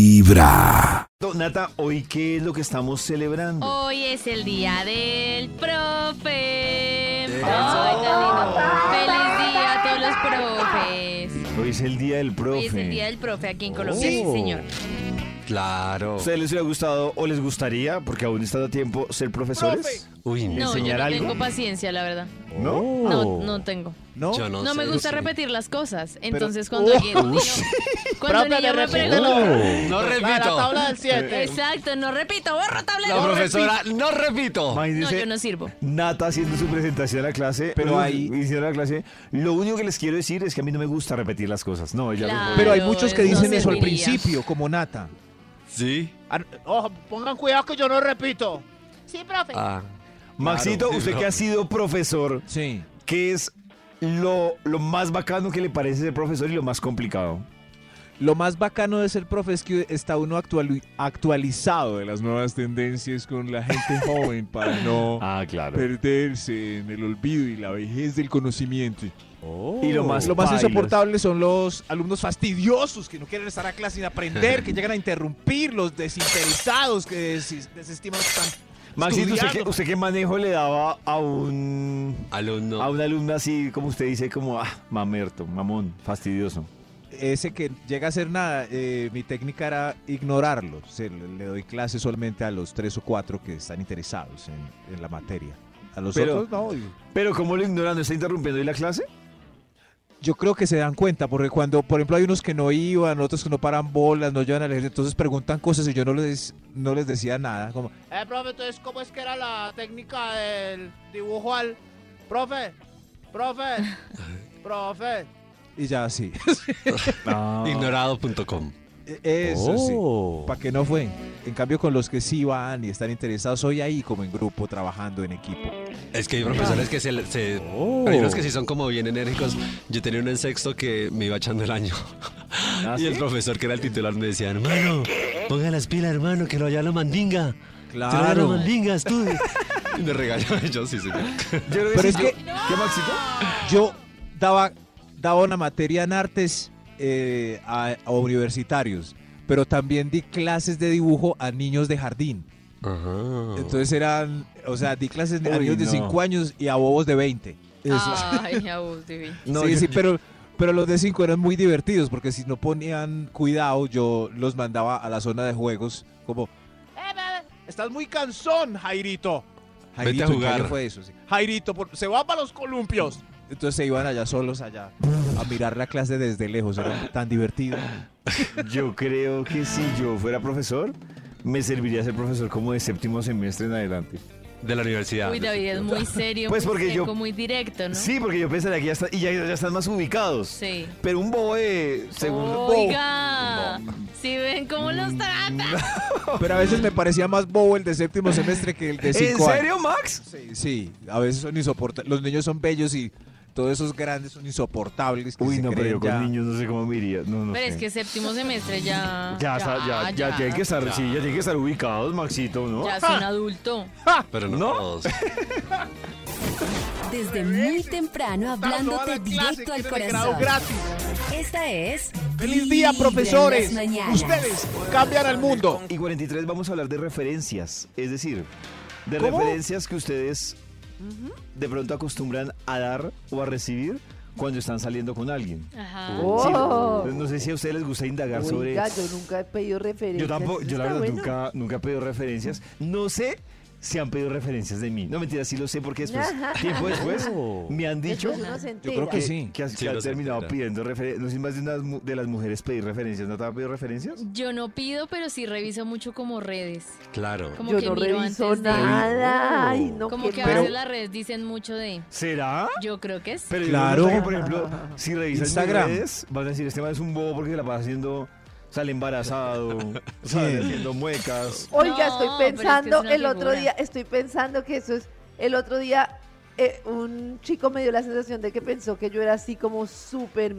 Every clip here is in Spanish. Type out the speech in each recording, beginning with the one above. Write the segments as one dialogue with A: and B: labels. A: Vibra.
B: Donata, ¿hoy qué es lo que estamos celebrando?
C: Hoy es el día del profe. Ay,
B: Eso.
C: tan lindo. Feliz día a todos los profes.
B: Hoy es el día del profe.
C: Hoy es el día del profe aquí en Colombia,
B: Oh.
C: sí, señor.
D: Claro.
B: ¿A ustedes les hubiera gustado o les gustaría, porque aún están a tiempo, ser profesores?
D: Uy, no.
C: No, yo
B: enseñar
C: no
B: algo?
C: tengo paciencia, la verdad.
B: ¿No?
C: No, no tengo.
E: ¿No?
D: Yo no,
C: No, me
D: sé.
C: gusta repetir las cosas. Entonces, cuando alguien- niño- cuando
E: Profe,
C: el niño
E: le
C: me
E: repito.
C: pregunta,
D: No
E: La, la
D: repito.
E: tabla del 7.
C: exacto, no repito, borro tablero.
D: La profesora, no repito.
B: May
C: No,
B: dice,
C: yo no sirvo.
B: Nata haciendo su presentación a la clase,
E: Pero
B: uf,
E: hay-
B: hicieron la clase. Lo único que les quiero decir es que a mí no me gusta repetir las cosas. No, ella
C: Claro.
E: Pero hay
C: Pero
E: muchos que
C: no
E: dicen eso al
C: serviría.
E: principio, como Nata.
D: Sí.
E: Ah,
F: Eh,
E: Ojo, pongan cuidado que yo no repito.
F: Sí, profe.
D: Ah.
B: Maxito,
D: Claro.
B: usted que ha sido profesor,
E: Sí.
B: ¿qué es lo, lo más bacano que le parece ser profesor y lo más complicado?
E: Lo más bacano de ser profe es que está uno actuali- actualizado de las nuevas tendencias con la gente joven para no
B: Ah, claro.
E: perderse en el olvido y la vejez del conocimiento.
B: Y lo más,
E: Oh. Lo más
B: pailas.
E: insoportable son los alumnos fastidiosos que no quieren estar a clase sin aprender, que llegan a interrumpir, los desinteresados que des- desestiman lo que están
B: Maxito, ¿usted qué,
E: estudiando.
B: usted qué manejo le daba a un
D: Alumno.
B: a una alumna así, como usted dice, como ah, mamerto, mamón, fastidioso?
E: Ese que llega a hacer nada, eh, mi técnica era ignorarlo. Se- le, le doy clase solamente a los tres o cuatro que están interesados en, en la materia. A los
B: Pero-
E: otros no. y-
B: Pero ¿cómo lo ignoran? ¿No está interrumpiendo hoy la clase?
E: Yo creo que se dan cuenta, porque cuando, por ejemplo, hay unos que no iban, otros que no paran bolas, no llevan al ejército, entonces preguntan cosas y yo no les, no les decía nada. Como,
F: Eh, profe, entonces, ¿cómo es que era la técnica del dibujo al. Profe, profe, profe.
E: y ya así.
D: Ignorado.com.
E: Ah. E, Eso
B: Oh.
E: sí. ¿Para qué no fue? En cambio, con los que sí van y están interesados, hoy ahí como en grupo, trabajando en equipo.
D: Es que hay profesores que se... se-
B: Oh.
D: Hay unos que sí son como bien enérgicos. Yo tenía uno en sexto que me iba echando el año.
B: Ah,
D: y el profesor que era el titular me decía, hermano, ponga las pilas, hermano, que lo haya la mandinga. Que lo haya la
E: Claro.
D: mandinga, estudie. y me regañó yo, sí, señor.
B: Yo creo
E: Pero
B: sí,
E: es
B: yo-
E: que-
B: ¿Qué, Maxito?
E: Yo daba, daba una materia en artes eh, a, a universitarios, pero también di clases de dibujo a niños de jardín.
D: Ajá.
E: Entonces eran, o sea, di clases a
B: Oh. Uy,
E: niños de
B: no.
E: 5 años y a bobos de 20.
B: Ah.
C: Ay, abuso, divino.
B: No,
E: sí,
B: yo-
E: sí, pero, pero los de 5 eran muy divertidos porque si no ponían cuidado, yo los mandaba a la zona de juegos como... "Eh, bebé, Estás muy cansón, Jairito.
D: a
E: Jairito en
D: jugar.
E: Cali fue eso, sí.
F: Jairito, por- se va para los columpios.
E: Entonces se iban allá solos allá a mirar la clase desde lejos, era tan divertido.
B: Yo creo que si yo fuera profesor, me serviría ser profesor como de séptimo semestre en adelante.
D: De la universidad.
C: Uy, David es muy serio,
B: Pues
C: muy
B: porque yo-
C: seco, muy directo, ¿no?
B: Sí, porque yo pensaría que ya, está- y ya, ya están más ubicados.
C: Sí.
B: Pero un bobo de segundo.
C: Oiga, si ven cómo
G: Mm,
C: los trata.
E: Pero a veces me parecía más bobo el de séptimo semestre que el de
B: ¿En
E: cinco años.
B: serio, Max?
E: Sí, sí, a veces son insoportables. Los niños son bellos y todos esos grandes son insoportables. que
B: Uy,
E: se
B: no, pero
E: creen
B: yo con
E: ya.
B: niños no sé cómo me iría. No, no
C: Pero
B: sé.
C: es que séptimo semestre ya.
B: Ya, sa- ya, ya, ¡Ah! tienen que estar, sí, ya tienen que estar ubicados, Maxito, ¿no?
C: Ya es un adulto.
D: Pero no,
B: ¿No?
D: todos.
H: Desde muy temprano hablándote
F: Toda la clase
H: directo al
F: quieren el grado
H: corazón.
F: gratis.
H: Esta es
F: Feliz día, profesores.
H: Vibra en las mañanas.
F: Ustedes cambian al mundo.
B: Y 43 vamos a hablar de referencias, es decir, de
E: ¿Cómo?
B: referencias que ustedes de pronto acostumbran a dar o a recibir cuando están saliendo con alguien.
C: Ajá.
B: Sí,
G: Oh.
B: no sé si a ustedes les gusta indagar sobre...
G: Oiga, yo nunca he pedido
B: Yo
G: referencias.
B: tampoco,
G: eso
B: yo la
G: está
B: verdad
G: bueno.
B: nunca, nunca he pedido referencias. No sé si han pedido referencias de mí. No mentira, sí lo sé porque después, tiempo después, me han dicho...
G: Después uno se
E: Yo
G: entera.
E: creo que sí.
B: Que, has-
D: Sí,
B: que han
D: no sé,
B: terminado
D: espera.
B: pidiendo referencias. No sé si más de, unas mu- de las mujeres pedir referencias. ¿No te han pedido referencias?
C: Yo no pido, pero sí reviso mucho como redes.
D: Claro.
C: Como
G: Yo
C: que
G: no
C: miro
G: reviso
C: antes de-
G: nada. Ay, no,
C: Como
G: qué
C: que a
G: mal.
C: veces las redes dicen mucho de.
B: ¿Será?
C: Yo creo que sí.
B: Pero yo
E: Claro.
B: creo que, por ejemplo, si revisas Instagram.
E: Instagram.
B: redes, van a decir, este man es un bobo porque se la pasa haciendo, sale embarazado, sale haciendo muecas.
G: Oiga,
C: No,
G: estoy
C: pero es que es
G: pensando
C: una
G: el otro
C: figura.
G: día, estoy pensando que eso es, el otro día eh, un chico me dio la sensación de que pensó que yo era así como súper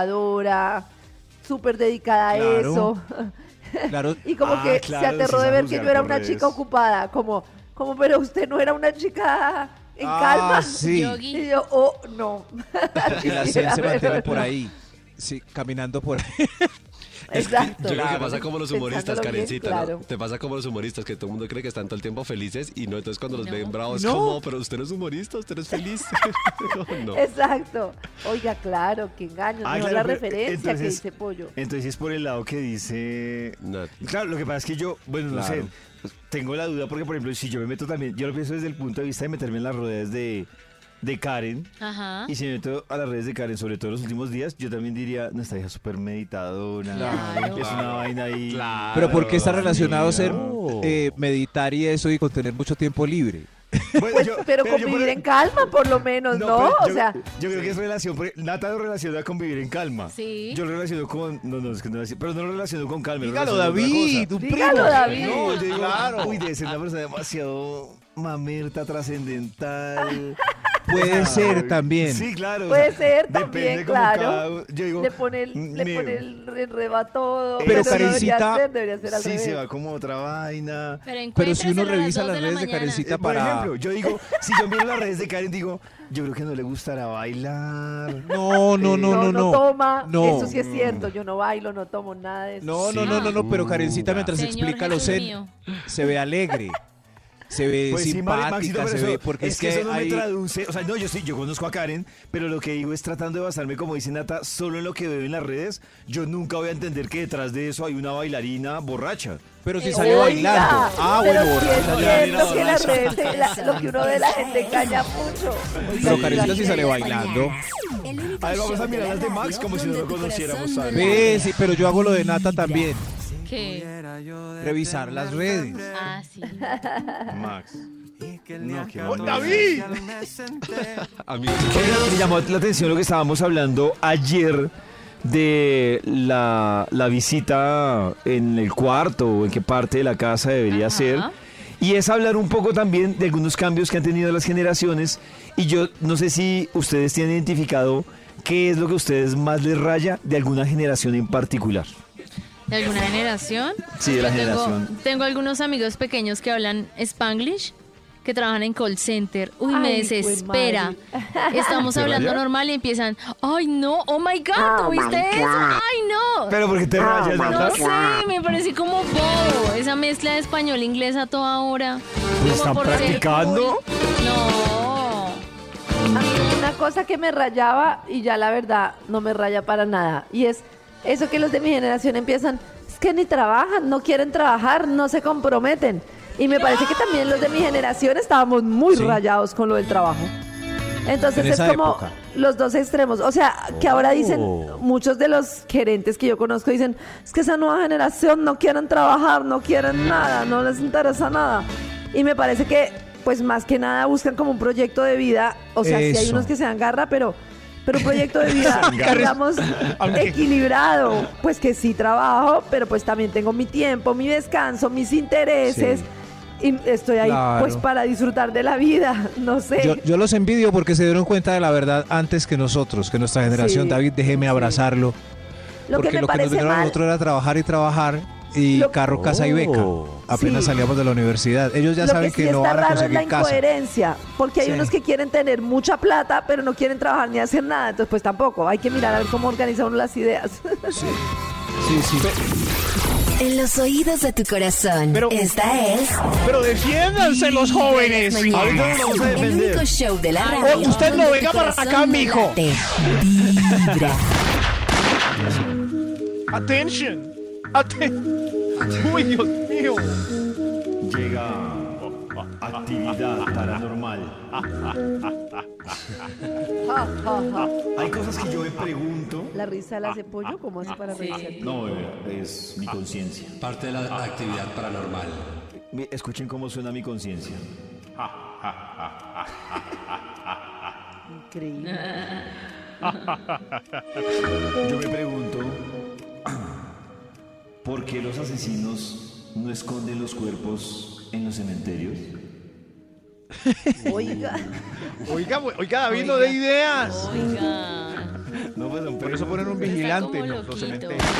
G: meditadora, súper dedicada a
E: Claro.
G: eso.
E: Claro,
G: Y como
B: Ah,
G: que
B: claro,
G: se
B: sí,
G: aterró de
B: sabe
G: ver que
B: juzgar
G: yo era
B: por
G: una
B: redes.
G: chica ocupada, como, como, pero usted no era una chica en
E: Ah,
G: calma.
E: sí.
G: Y
C: Yogi.
G: yo, oh, no.
E: y la
G: Sí,
E: ciencia
G: la
E: mantiene
G: verdad,
E: por
G: no.
E: ahí. Sí, caminando por ahí.
G: Exacto.
D: Yo creo que
G: Claro.
D: pasa como los humoristas,
G: Pensándolo bien,
D: Karencita, ¿no?
G: claro.
D: Te pasa como los humoristas, que todo el mundo cree que están todo el tiempo felices y no, entonces cuando los
C: No.
D: ven bravos,
E: No.
D: como, pero usted no es humorista, usted no es feliz. no.
G: Exacto. Oiga, claro, que engaño.
B: Ah,
G: no
B: claro,
G: la
B: pero,
G: referencia que
B: entonces- eh,
G: dice Pollo.
B: Entonces es por el lado que dice...
D: Nat.
B: Claro, lo que pasa es que yo, bueno, no
E: Claro.
B: sé, tengo la duda porque, por ejemplo, si yo me meto también, yo lo pienso desde el punto de vista de meterme en las redes de, de Karen,
C: Ajá.
B: y si me meto a las redes de Karen, sobre todo en los últimos días, yo también diría, no, esta hija es súper meditadora,
C: Claro.
B: es una vaina ahí.
D: Claro.
E: Pero ¿por qué
B: Ah,
E: está relacionado
B: Dios
E: ser
B: mío.
E: eh, meditar y eso y con tener mucho tiempo libre?
B: Bueno,
G: Pues,
B: yo-
G: pero,
B: yo
G: convivir
B: por- e-
G: en calma, por lo menos, ¿no?
B: pero
G: o
B: yo-
G: sea,
B: Yo creo que es relación. porque Nata lo relaciona con vivir en calma.
C: Sí.
B: Yo lo relaciono con. No, no, es que no lo relaciono- Pero no lo relaciono con calma. lo
E: Dígalo,
B: relaciono con otra
E: David,
B: cosa.
E: tu
G: Dígalo,
E: primo.
G: David.
B: No, yo digo,
E: Claro.
B: uy, debe ser una persona demasiado mamerta, trascendental.
E: Puede ser
B: Ay,
E: también.
B: Ah, Sí, claro. o
G: Puede
B: sea,
G: ser
B: depende
G: también,
B: como
G: claro.
B: cada uno- yo digo, mm,
G: le pone el, le
B: me-
G: pone el enredo a todo.
B: Pero,
G: no debería
E: Karencita,
G: ser, debería ser al
B: Sí,
G: revés.
B: se va como otra vaina.
C: Pero,
E: Pero si
C: encuéntraselo
E: uno
C: a las
E: revisa
C: dos
E: las
C: la
E: redes de
C: mañana.
E: Karencita
B: Eh, por
E: para-
B: ejemplo, yo digo, si yo miro las redes de Karen, digo, yo creo que no le gustará bailar.
E: No, no, no, no, no.
G: toma.
E: No.
G: Eso sí es cierto. Yo no bailo, no tomo nada de eso.
E: No, no, no, no, no, pero Karencita mientras
C: Señor
E: explica lo
C: Jesús
E: zen,
C: mío.
E: se ve alegre, se ve
B: Pues sí, Mari- Maxito,
E: simpática,
B: pero
E: se
B: eso-
E: ve porque es, que,
B: eso no
E: hay-
B: me traduce, o sea, no, yo sí, yo conozco a Karen, pero lo que digo es tratando de basarme, como dice Nata, solo en lo que veo en las redes, yo nunca voy a entender que detrás de eso hay una bailarina borracha.
E: pero si
C: Eh,
E: salió
G: Oiga,
E: bailando. Ah,
G: pero
E: bueno,
G: sí
E: borracha
G: es
E: ya.
G: cierto que las
B: borracha.
G: redes de la- lo que uno ve de la gente engaña mucho.
E: Pero
G: Oiga,
E: Karencita sí
G: oiga,
E: sale bailando.
H: El único
B: A ver, vamos a
H: show
B: mirar
H: de la
B: las de
H: radio
B: Max como si no
H: donde
B: lo
H: tu corazón
B: conociéramos,
H: no
B: ¿sabes?
E: Ve,
H: late.
E: sí, pero yo hago lo de Nata también,
C: ¿Qué?
E: revisar las redes.
C: Ah, sí.
B: Max. No, qué
F: ¡Oh,
B: horror.
F: David!
D: A mí,
B: Oiga, me llamó la atención lo que estábamos hablando ayer de la, la visita en el cuarto o en qué parte de la casa debería
C: Ajá.
B: ser. Y es hablar un poco también de algunos cambios que han tenido las generaciones. Y yo no sé si ustedes tienen identificado qué es lo que a ustedes más les raya de alguna generación en particular.
C: ¿De alguna generación?
B: Sí, de la
C: Yo tengo-
B: generación.
C: Tengo algunos amigos pequeños que hablan Spanglish, que trabajan en call center. Uy, me
G: Ay, güey,
C: desespera. Estamos
B: ¿Te
C: hablando
B: raya?
C: normal y empiezan, ay no, oh my god, ¿tú ¿viste eso? Ay no.
B: Pero porque te rayas, ¿verdad?
C: no sé, me parece como bobo. Esa mezcla de español e inglés a toda hora. Como
B: ¿están
C: por ser
B: practicando?
C: cool. No.
G: A mí una cosa que me rayaba y ya la verdad no me raya para nada. Y es eso que los de mi generación empiezan, es que ni trabajan, no quieren trabajar, no se comprometen. Y me parece que también los de mi generación estábamos muy
E: Sí.
G: rayados con lo del trabajo. Entonces
E: En
G: es
E: esa
G: como
E: época.
G: los dos extremos. O sea, que
E: Oh.
G: ahora dicen, muchos de los gerentes que yo conozco dicen, es que esa nueva generación no quieren trabajar, no quieren nada, no les interesa nada. Y me parece que, pues más que nada, buscan como un proyecto de vida. O sea, sí hay
E: Eso.
G: unos que se dan garra, pero, pero un proyecto de vida, digamos, equilibrado. Pues que sí trabajo, pero pues también tengo mi tiempo, mi descanso, mis intereses.
E: Sí.
G: Y estoy ahí
E: Claro.
G: pues para disfrutar de la vida, no sé.
E: Yo, yo los envidio porque se dieron cuenta de la verdad antes que nosotros, que nuestra generación,
G: Sí,
E: David, déjeme abrazarlo.
G: lo que
E: porque lo
G: me
E: que nos
G: parece
E: dieron a
G: mal
E: nosotros era trabajar y trabajar y
G: Lo-
E: carro, casa y beca. Apenas
G: Sí.
E: salíamos de la universidad. Ellos ya
G: lo
E: saben
G: que
E: que,
G: sí
E: no
G: está
E: van a
G: raro es la
E: conseguir casa.
G: incoherencia, porque hay
E: Sí.
G: unos que quieren tener mucha plata, pero no quieren trabajar ni hacer nada, entonces pues tampoco, hay que mirar a ver cómo organiza uno las ideas.
E: Sí, sí.
H: En los oídos de tu corazón.
E: Pero-
H: Esta es.
F: Pero defiéndanse los jóvenes.
H: Mañanas,
B: Ahorita nos vamos a
H: el
B: defender.
H: único show de la
C: Ah,
B: Oh,
H: radio.
F: no, usted no
H: donde
F: venga
H: tu
F: para
H: corazón
F: acá,
H: no
F: mijo.
H: late. Vibra.
F: Attention. Aten Uy, Dios mío.
B: Llega actividad paranormal. Hay cosas que yo me pregunto.
G: la risa la hace pollo, ¿cómo hace para reírse?
B: No, bebé, es mi conciencia.
D: parte de la actividad paranormal.
B: Mi- Escuchen cómo suena mi conciencia.
G: Increíble.
B: Yo me pregunto, ¿por qué los asesinos no esconden los cuerpos en los cementerios?
G: Oiga,
F: Oiga, we- oiga, David, no dé ideas.
C: Oiga.
B: No, pues, son
E: Por eso
B: preguntas.
E: ponen un
C: Está
E: vigilante
C: como
E: en los- los
C: loquito.
E: cementerios.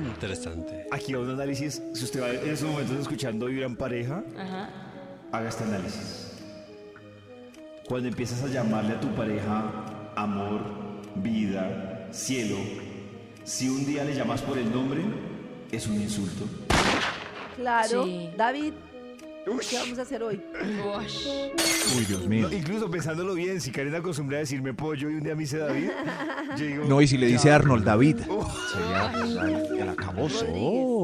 D: Mm, Interesante.
B: Aquí va un análisis. Si usted va en esos momentos escuchando Vibra en Pareja,
C: Ajá.
B: haga este análisis. Cuando empiezas a llamarle a tu pareja amor, vida, cielo, Si un día le llamas por el nombre, es un insulto.
G: Claro.
C: Sí.
G: David, ¿qué vamos a hacer hoy?
B: Uy, Dios mío. incluso pensándolo bien, si Karen acostumbra a decirme pollo y un día me dice David, yo digo.
E: No, y si le dice Arnold David.
A: Sería el, el
G: Rodríguez,
A: acabóso.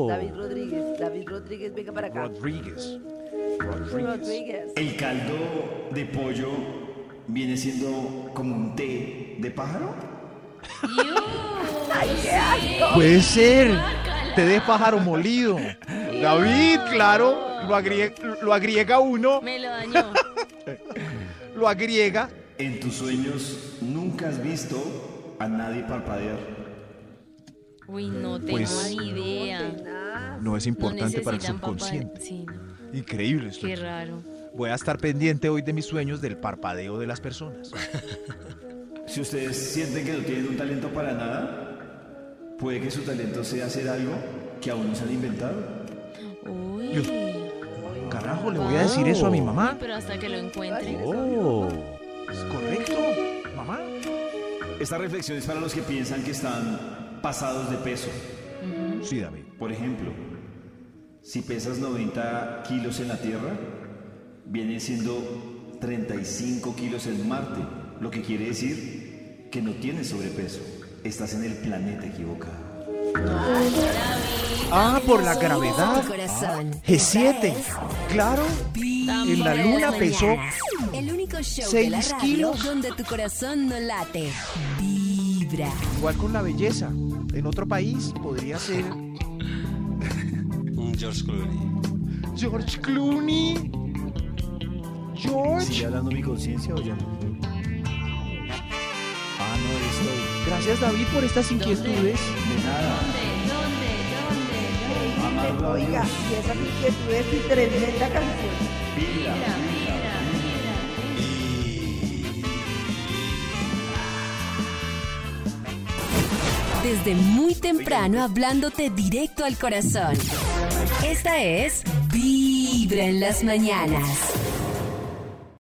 G: David Rodríguez, David Rodríguez, venga para acá.
A: Rodríguez. Rodríguez.
G: Rodríguez.
B: El caldo de pollo viene siendo como un té de pájaro.
E: Puede ser. Te des pájaro molido.
C: David,
E: claro. Lo agriega, lo agriega uno,
C: Me lo dañó.
E: lo agriega.
B: En tus sueños nunca has visto a nadie parpadear.
C: Uy, no tengo
E: Pues-
C: ni idea.
E: No es importante para el
C: necesitan papá-
E: subconsciente.
C: Sí, no.
E: Increíble esto.
C: qué raro.
E: Voy a estar pendiente hoy de mis sueños del parpadeo de las personas.
B: Si ustedes sienten que no tienen un talento para nada, puede que su talento sea hacer algo que aún no se han inventado.
C: Uy.
E: Dios. Carajo, le voy a decir eso a mi mamá.
C: Pero hasta que lo encuentre.
A: Oh.
E: ¿Es correcto, mamá?
B: Esta reflexión es para los que piensan que están pasados de peso.
E: Sí, David.
B: Por ejemplo, si pesas 90 kilos en la Tierra, vienen siendo 35 kilos en Marte, lo que quiere decir que no tienes sobrepeso, estás en el planeta equivocado.
E: Ah, por la
H: Los oídos de tu
E: gravedad.
H: corazón.
E: G7.
H: Esta
E: Claro.
H: es
E: En la luna
H: Vibra en las
E: pesó
H: mañanas. El único show de
E: seis
H: la radio
E: kilos.
H: donde tu corazón no late. Vibra.
E: igual con la belleza. En otro país podría ser
D: Un George Clooney.
E: George Clooney.
B: ¿Sigue
E: George.
B: hablando mi conciencia o ya no? Ah, no, estoy.
E: Gracias David por estas inquietudes.
B: De nada. Amado a Dios.
G: Oiga, y esa inquietud es tremenda canción.
B: Vibra, vibra, vibra.
H: Desde muy temprano hablándote directo al corazón. Esta es Vibra en las mañanas.